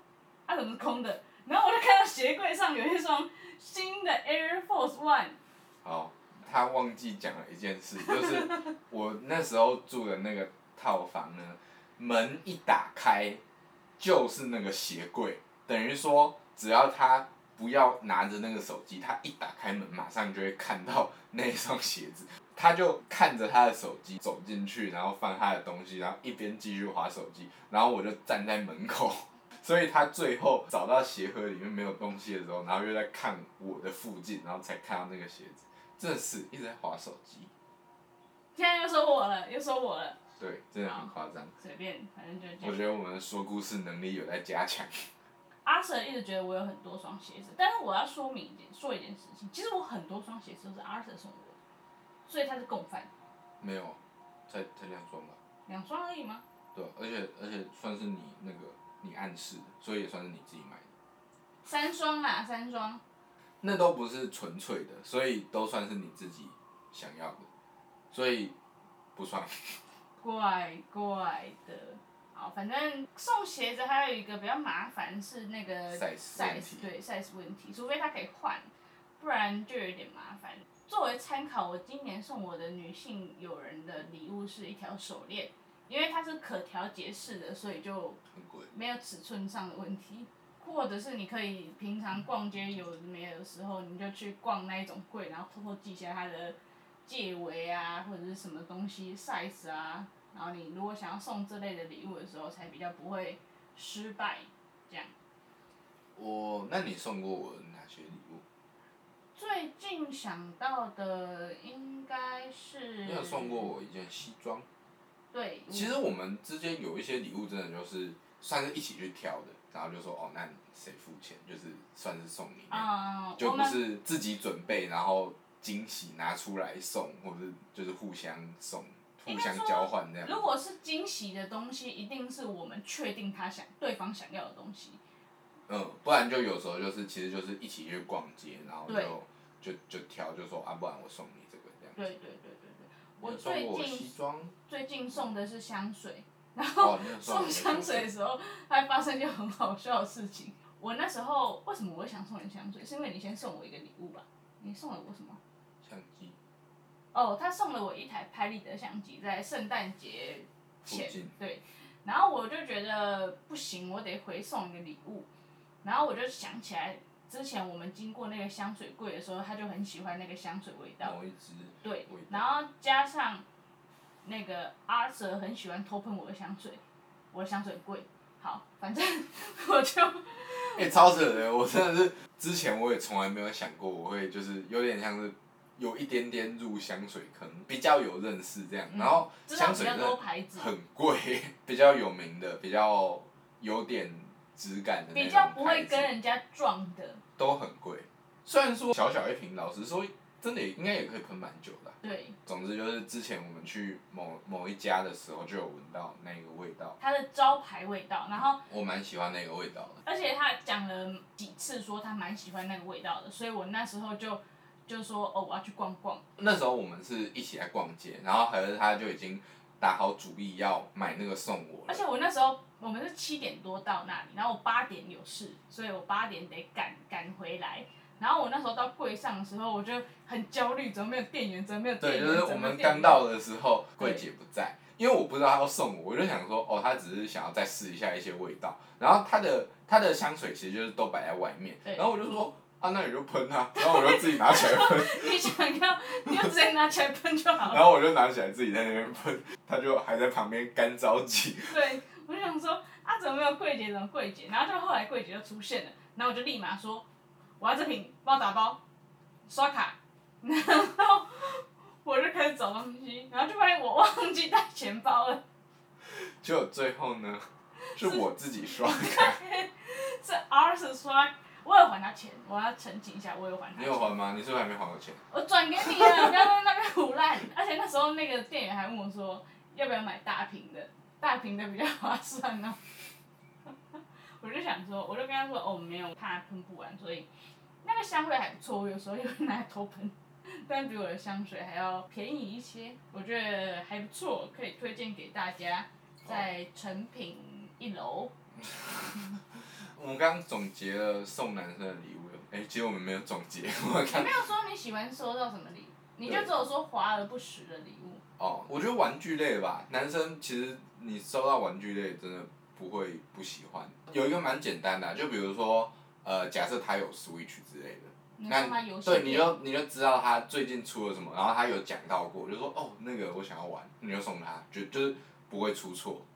它、怎么是空的？然后我就看到鞋柜上有一双新的 Air Force One，
好，他忘记讲了一件事，就是 [LAUGHS] 我那时候住的那个套房呢，门一打开就是那个鞋柜，等于说只要他不要拿着那个手机，他一打开门马上就会看到那一双鞋子。他就看着他的手机走进去，然后放他的东西，然后一边继续划手机，然后我就站在门口， [LAUGHS] 所以他最后找到鞋盒里面没有东西的时候，然后又在看我的附近，然后才看到那个鞋子，真的是一直在划手机，
现在又说我了，又说我了，
对，真的很夸张。
随便，反正就这
我
样。
觉得我们的说故事能力有在加强，
阿 Sir 一直觉得我有很多双鞋子，但是我要说明一件，说一件事情，其实我很多双鞋子都是阿 Sir 送我的，所以他是共犯，
[LAUGHS] 没有，才才两双吧，
两双而已吗？
对，啊而且而且算是你那个你暗示的，所以也算是你自己买的。
三双啦，三双。
那都不是纯粹的，所以都算是你自己想要的，所以不算。
怪怪的。好，反正送鞋子还有一个比较麻烦是那个
Size 问题
对 size 问题，除非它可以换，不然就有点麻烦。作为参考，我今年送我的女性友人的礼物是一条手链，因为它是可调节式的，所以就
很贵
没有尺寸上的问题。或者是你可以平常逛街有的没有的时候，你就去逛那一种柜，然后偷偷记一下它的戒围啊，或者是什么东西 size 啊，然后你如果想要送这类的礼物的时候，才比较不会失败。这样，
我，那你送过我哪些礼物？
最近想到的应该是
你有送过我一件西装，
对，嗯
其实我们之间有一些礼物真的就是算是一起去挑的，然后就说哦，那你谁付钱，就是算是送你那样，
嗯，
就
我
不
们
是自己准备，然后惊喜拿出来送，或者是就是互相送、互相交换这样。
嗯如果是惊喜的东西，一定是我们确定他想对方想要的东西。
嗯，不然就有时候就是其实就是一起去逛街，然后
对
就就就挑，就说啊，不然我送你这个这样。
对对对对对，我
你有送
最
过我西
近
装，
[LAUGHS] 最近送的是香水，然后
哦，你有
[LAUGHS]
送我
送香水的
水，
时候还发生一件很好笑的事情。我那时候为什么我会想送你香水？是因为你先送我一个礼物吧？你送了我什么？
相机
哦，他送了我一台拍立得相机，在圣诞节
附
前
近
对，然后我就觉得不行，我得回送一个礼物，然后我就想起来之前我们经过那个香水柜的时候，他就很喜欢那个香水味道，
某一支，
对
味道，
然后加上那个阿蛇很喜欢偷喷我的香水，我的香水很贵，好，反正 [LAUGHS] 我就
哎、超扯的！我真的是之前我也从来没有想过，我会就是有点像是有一点点入香水坑，比较有认识这样，
嗯
然后
知道
香
比
水
较
真
多
的
牌子，
很贵， [LAUGHS] 比较有名的，比较有点质感的那
比
种
较不
牌
会
子
跟人家撞的，
都很贵。虽然说小小一瓶，老实说，真的也应该也可以喷蛮久的啊、
对，
总之就是之前我们去某某一家的时候，就有闻到那个味道，
它的招牌味道，然后。
我蛮喜欢那个味道的。
而且他讲了几次说他蛮喜欢那个味道的，所以我那时候就就说哦，我要去逛逛。
那时候我们是一起来逛街，然后还是他就已经打好主意要买那个送我
而
了。
且我那时候我们是七点多到那里，然后我八点有事，所以我八点得赶赶回来。然后我那时候到柜上的时候，我就很焦虑，怎么没有店员？怎么没有店
对，
员？
就是
怎
我
么没有
们
店
刚
员
到的时候，
对
柜姐不在，因为我不知道她要送我，我就想说，哦，她只是想要再试一下一些味道。然后她的她的香水其实就是都摆在外面，
对
然后我就说，啊，那你就喷啊， [LAUGHS] 然后我就自己拿起来喷，
你想要，你就直接拿起来喷就好了。
然后我就拿起来自己在那边喷，她就还在旁边干着急。
对，我就想说啊，怎么没有柜姐？怎么柜姐？然后就后来柜姐就出现了，然后我就立马说，我要这瓶，帮我打包，刷卡， [LAUGHS] 然后我就开始找东西，然后就发现我忘记带钱包了，
结果最后呢，是我自己刷
[LAUGHS]
卡，
是 R 是刷，我有还他钱，我要澄清一下，我有还他
你
钱
有，还吗？你是不是还没还我钱？
我转给你了，不要在那边胡乱。而且那时候那个店员还问我说，要不要买大瓶的，大瓶的比较划算呢、 [LAUGHS] 我就想说，我就跟他说，哦，没有，怕喷不完，所以那个香味还不错，我有时候也会拿来偷喷，但比我的香水还要便宜一些，我觉得还不错，可以推荐给大家，在成品一楼。
我们刚刚总结了送男生的礼物，哎、其实我们没有总结。 [LAUGHS] 我
你
看
没有说你喜欢收到什么礼，你就
对
只有说华而不实的礼物。
哦，我觉得玩具类吧，男生其实你收到玩具类真的不会不喜欢。有一个蛮简单的啊、就比如说，呃，假设他有 Switch 之类的，
你
那
送他游戏
对，你
店，
就你就知道他最近出了什么，然后他有讲到过，就说哦那个我想要玩，你就送他，就就是不会出错。哎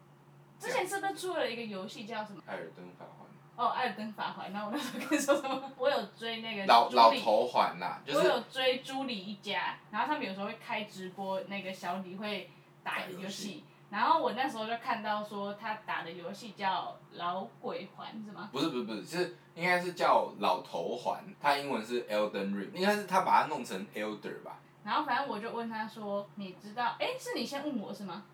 之前是不是出了一个游戏叫什么？
艾尔登法环，
哦，艾尔登法环，那我那时候跟你说什么？ [LAUGHS] 我有追那个
老
朱
老
莉，
头环啦、就
我
是
有追朱莉一家，然后他们有时候会开直播，那个小李会打
打游
游戏
戏，
然后我那时候就看到说他打的游戏叫老鬼环是吗？
不是不是不是，是应该是叫老头环，它英文是 Elden Ring，应该是他把它弄成 Elder 吧。
然后反正我就问他说，你知道？哎，是你先问我是吗？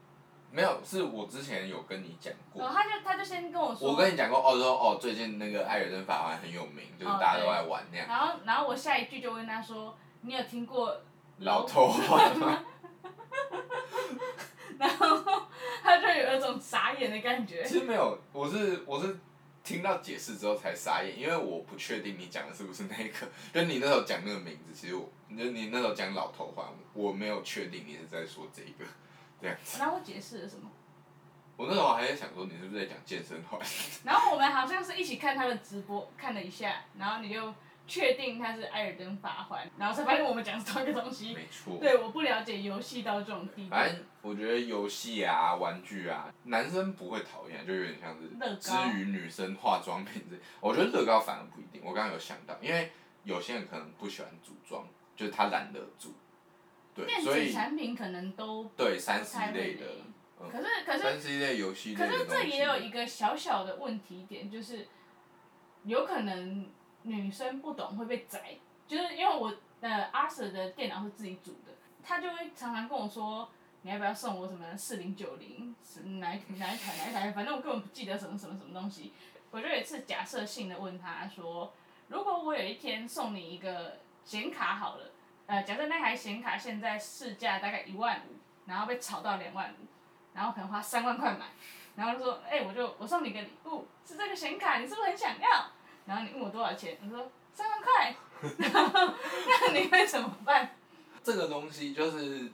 没有，是我之前有跟你讲过，
哦，他就他就先跟我说，
我跟你讲过，哦，说哦，最近那个《艾尔登法环》很有名，就是
哦
大家都在玩那样。
然后然后我下一句就问他说，你有听过
老头环
[LAUGHS]
吗？
然后他就有一种傻眼的感觉。
其实没有，我是我是听到解释之后才傻眼，因为我不确定你讲的是不是那个，就你那时候讲那个名字，其实我，就你那时候讲老头环，我没有确定你是在说这个这样子。
然后我解释了什么？
我那时候还在想说，你是不是在讲健身
[LAUGHS]
环？
然后我们好像是一起看他的直播，看了一下，然后你就确定他是《艾尔登法环》，然后才发现我们讲的是同一个东西。
没错。
对，我不了解游戏到这种地步。
反正我觉得游戏啊、玩具啊，男生不会讨厌，就有点像是
乐
至
高
于女生化妆品这，我觉得乐高反而不一定。我刚刚有想到，因为有些人可能不喜欢组装，就是他懒得组，对，
电
所
子
以
产品可能都
对
不
三 C
太会
类的
理，
嗯，嗯
可是可是
但是一类游戏类
可
的
是
东
这
西
也有一个小小的问题点，就是有可能女生不懂会被宰，就是因为我呃阿 Sir 的电脑是自己组的，他就会常常跟我说。你要不要送我什么四零九零哪一哪一台哪一台？反正我根本不记得什么什么什么东西。我就有一次假设性的问他说，如果我有一天送你一个显卡好了，呃，假设那台显卡现在市价大概一万五，然后被炒到两万五，然后可能花三万块买，然后就说，哎、我就我送你个礼物，是这个显卡，你是不是很想要？然后你问我多少钱，我说三万块，然后那你会怎么办？
这个东西就是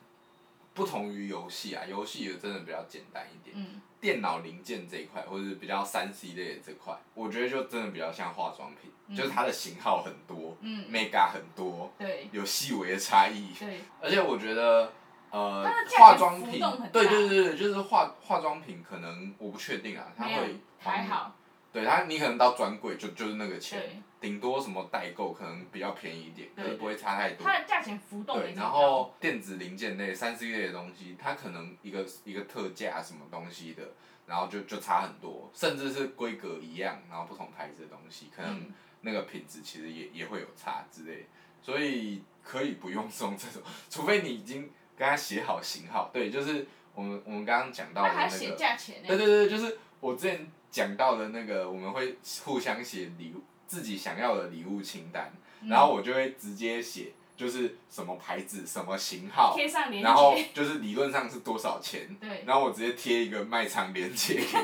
不同于游戏啊，游戏也真的比较简单一点。
嗯
电脑零件这一块，或者是比较三 C 类的这块，我觉得就真的比较像化妆品，
嗯
就是它的型号很多、
嗯，
m e g a 很多，
对
有细微的差异。
对，
而且我觉得，呃
它的，价格
化妆
浮
品
动很大，
对对对对，就是化化妆品可能我不确定啊，它
没有
会
还，好，
对它你可能到专柜就就是那个
对
钱，顶多什么代购可能比较便宜一点，可
对
是不会差太多。
它的价钱浮动
对，
没那
然
么高，
后电子零件类、三 C 类的东西，它可能一个一个特价什么东西的，然后就就差很多，甚至是规格一样，然后不同牌子的东西，可能
嗯
那个品质其实也也会有差之类，所以可以不用送这种，除非你已经跟他写好型号。对，就是我们我们刚刚讲到的
那还
那
要写
个，
价钱欸呢、
对对对，就是我之前讲到的那个，我们会互相写礼物，自己想要的礼物清单。
嗯
然后我就会直接写，就是什么牌子、什么型号，
嗯贴上链
然后
接，
就是理论上是多少钱，
对，
然后我直接贴一个卖场链接给他，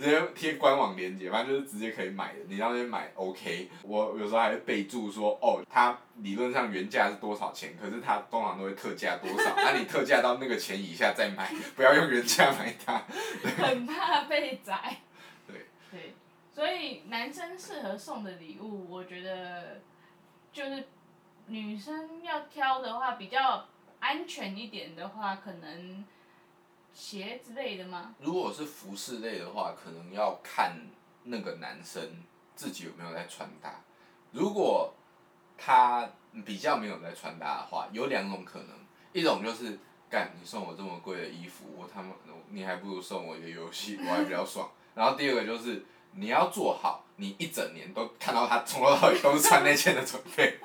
直接贴官网链接，反正就是直接可以买的，你到那边买 OK。我有时候还会备注说，哦，它理论上原价是多少钱，可是它通常都会特价多少，那、你特价到那个钱以下再买，不要用原价买它。 [LAUGHS]
很怕被宰。
对
对，所以男生适合送的礼物，我觉得就是女生要挑的话，比较安全一点的话，可能鞋之类的吗？
如果是服饰类的话，可能要看那个男生自己有没有在穿搭。如果他比较没有在穿搭的话，有两种可能，一种就是干你送我这么贵的衣服，我他妈你还不如送我一个游戏，我还比较爽。然后第二个就是你要做好，你一整年都看到他从头到尾都是穿那件的准备。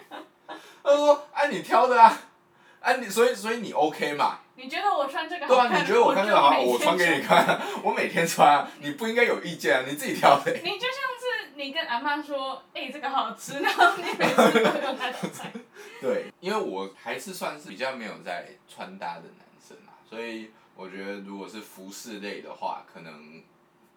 他说：“哎、你挑的啊，哎、你所以所以你 OK 嘛？
你觉得我穿这个
对
好看？
啊，你觉得我看这个好看，
就每
我
天
穿给你看 [LAUGHS] 啊，我每天穿啊，你不应该有意见啊，你自己挑的。
你就像是你跟阿妈说，哎、这个好吃，然后你每次都有它的菜。
[LAUGHS] 对，因为我还是算是比较没有在穿搭的男生啊，所以我觉得如果是服饰类的话，可能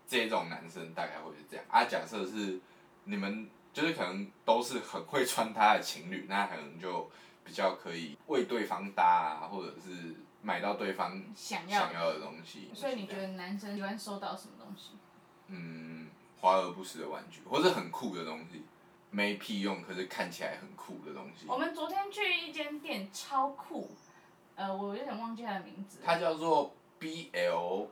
这种男生大概会是这样啊。假设是你们就是可能都是很会穿搭的情侣，那可能就比较可以为对方搭啊，或者是买到对方
想要
想要的东西。
所以你觉得男生喜欢收到什么东西？
嗯，华而不实的玩具，或是很酷的东西，没屁用，可是看起来很酷的东西
我。们昨天去一间店，超酷，呃，我有点忘记它的名字。
它叫做 B L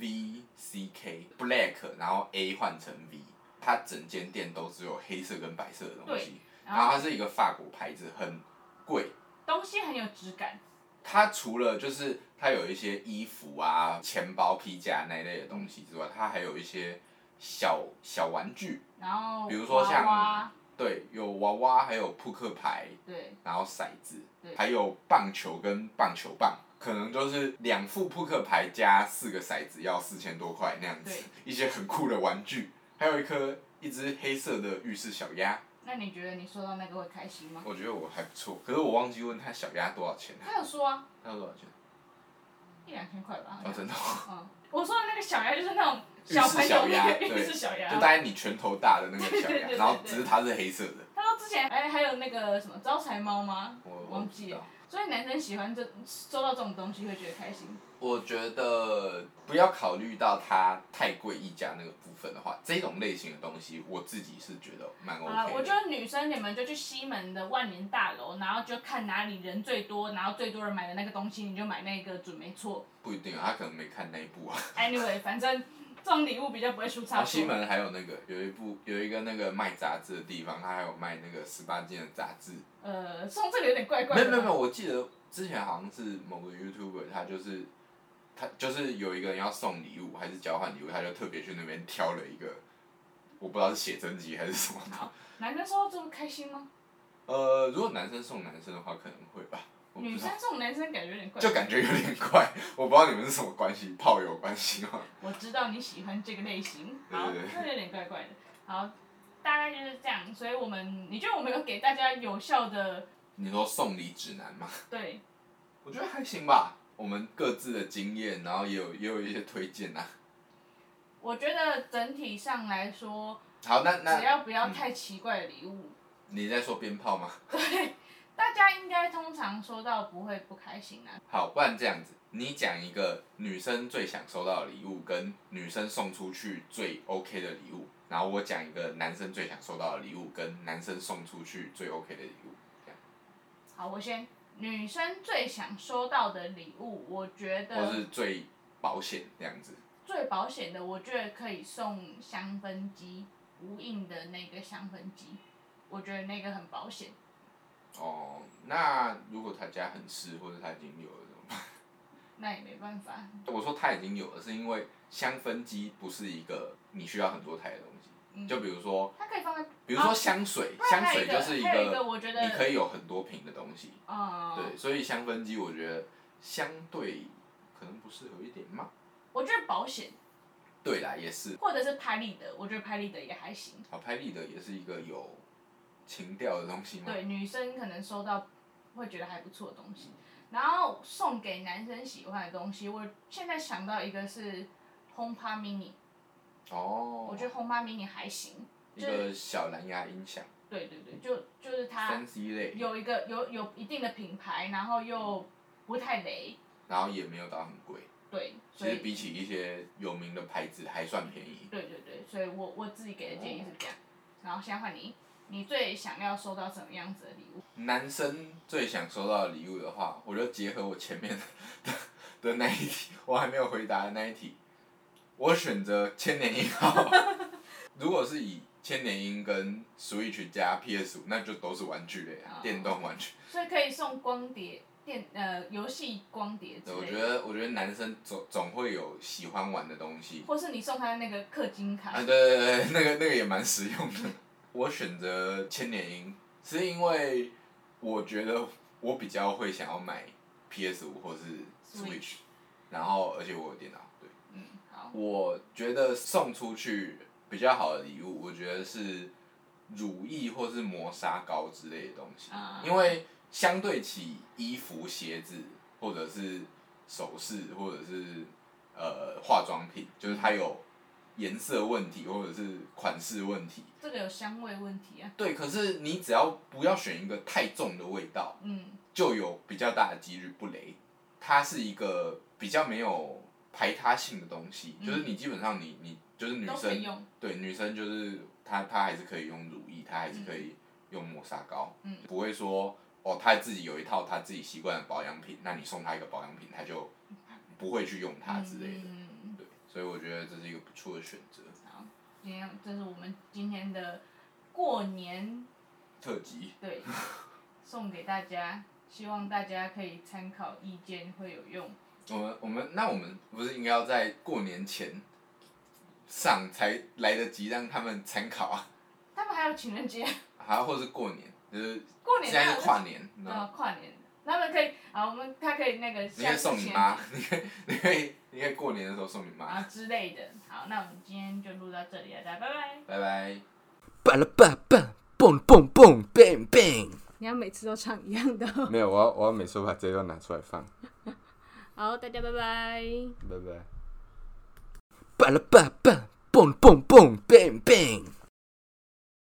V C K Black，然后 A 换成 V，它整间店都只有黑色跟白色的东西。
然
然后它是一个法国牌子，很贵。
东西很有质感，
它除了就是它有一些衣服啊、钱包、皮夹那一类的东西之外，它还有一些小小玩具，
然后
比如说像
娃娃，
对，有娃娃，还有扑克牌，
对，
然后骰子
对，
还有棒球跟棒球棒，可能就是两副扑克牌加四个骰子要四千多块那样子
对，
一些很酷的玩具，还有一颗一只黑色的浴室小鸭，
那你觉得你收到那个会开心吗？
我觉得我还不错，可是我忘记问他小鸭多少钱了，
他有说啊，
他多少钱？
一两千块吧。好
哦，
像
真的哦，
嗯，我说的那个小鸭就是
[LAUGHS]
那种
浴室
朋友那
小鸭
个浴
对
室小鸭
就，大概你拳头大的那个小
对对
鸭，
[LAUGHS] 对对
然后只是它是黑色的，
他说之前哎还有那个什么招财猫吗？
我
忘
不知
记
道
了。所以男生喜欢这收到这种东西会觉得开心。
我觉得不要考虑到它太贵溢价那个部分的话，这种类型的东西我自己是觉得蛮 OK 的。
啊，我觉得女生你们就去西门的万年大楼，然后就看哪里人最多，然后最多人买的那个东西，你就买那个准没错。
不一定啊，他可能没看那一部啊。
Anyway，反正这种礼物比较不会出差
然后啊
错。
西门还有那个有一部有一个那个卖杂志的地方，他还有卖那个十八禁的杂志。
呃，送这个有点怪怪
没
的。
有没有没有，我记得之前好像是某个 YouTuber，他就是他就是有一个人要送礼物还是交换礼物，他就特别去那边挑了一个，我不知道是写真集还是什么的。
男生收到这么开心吗？
呃，如果男生送男生的话，可能会吧，我不
女
知道
生，送男生感觉有点怪。
就感觉有点怪。我不知道你们是什么关系，炮友关系吗？
我知道你喜欢这个类型，
对
好
对对，
那有点怪怪的。好，大概就是这样，所以我们你觉得我们有给大家有效的
你说送礼指南吗？
对？
我觉得还行吧。我们各自的经验，然后也有也有一些推荐啊呐、
我觉得整体上来说，
好，那嗯
只
那
要不要太奇怪的礼物，
你在说鞭炮吗？
[LAUGHS] 大家应该通常收到不会不开心啊。
好，不然这样子，你讲一个女生最想收到的礼物，跟女生送出去最 OK 的礼物，然后我讲一个男生最想收到的礼物，跟男生送出去最 OK 的礼物。这样
好，我先，女生最想收到的礼物，我觉
或
得
是最保险这样子。
最保险的，我觉得可以送香氛机，无印的那个香氛机，我觉得那个很保险。
哦，那如果他家很湿，或者他已经有了怎么办？
那也没办法，
我说他已经有了，是因为香氛机不是一个你需要很多台的东西。
嗯，
就比如说，
它可以放在，
比如说香水，
不然
香
还有
水
一个
就是
还有一个我觉得
你可以有很多瓶的东西。
呃，
对，所以香氛机我觉得相对可能不适合一点嘛。
我觉得保险
对啦，也是，
或者是拍立得，我觉得拍立得也还行。
好拍立得也是一个有情调的东西嘛。
对，女生可能收到会觉得还不错的东西。然后送给男生喜欢的东西，我现在想到一个是 HomePod Mini，
哦，
我觉得 HomePod Mini 还行。
一个小蓝牙音响，
对对对，就就是它
三 C 类，
有一个有有一定的品牌，然后又不太雷，
然后也没有到很贵，
对，
其
所
实
以
比起一些有名的牌子还算便宜。
对对对，所以我我自己给的建议是这样。然后现在换你，你最想要收到什么样子的礼物？
男生最想收到的礼物的话，我就结合我前面的的那一题， [LAUGHS] 我还没有回答的那一题，我选择千年鹰号。 [LAUGHS] 如果是以千年鹰跟 Switch 加 PS 五，那就都是玩具类啊
哦
电动玩具。
所以可以送光碟电呃游戏光碟之
对我
类
觉
的，
得，我觉得男生总总会有喜欢玩的东西。
或是你送他那个氪金卡。
啊，对对对，那个那个也蛮实用的。我选择千年鹰，是因为我觉得我比较会想要买 PS 五或是
Switch
Switch，然后而且我有电脑，对，
嗯，好，
我觉得送出去比较好的礼物，我觉得是乳液或是磨砂膏之类的东西，
啊
因为相对起衣服、鞋子或者是首饰或者是呃化妆品，就是它有颜色问题或者是款式问题。
这个有香味问题啊。
对，可是你只要不要选一个太重的味道，
嗯，
就有比较大的几率不雷。它是一个比较没有排他性的东西，
嗯
就是你基本上你你就是女
都可以
生，
用。
对女生就是她她还是可以用乳液，她还是可以用磨砂膏，
嗯
不会说哦她自己有一套她自己习惯的保养品，那你送她一个保养品，她就不会去用它之类的。
嗯嗯嗯
对，所以我觉得这是一个不错的选择。
好，今天这是我们今天的过年
特辑 [LAUGHS]
对送给大家，希望大家可以参考意见会有用。
我们我们那我们不是应该要在过年前上才来得及让他们参考啊？
他们还有情人节，
啊，或是过年，就是
过年
现
还
在
有
是跨年，你知道
呃
吗，
跨年，他们可以啊，我们他可以那个
你可
像
以送
之
你
前
妈，你可以你可以你可以过年的时候送你妈，
啊之类的。好，那我们今天就录到这里了，啊大家拜拜。
拜拜。
巴拉巴巴，蹦蹦蹦，bang bang。
你要每次都唱一样的哦、
没有，我要我要每次都把这段拿出来放，
好，大家拜拜。
拜拜。
巴拉巴巴，蹦蹦蹦，bang bang。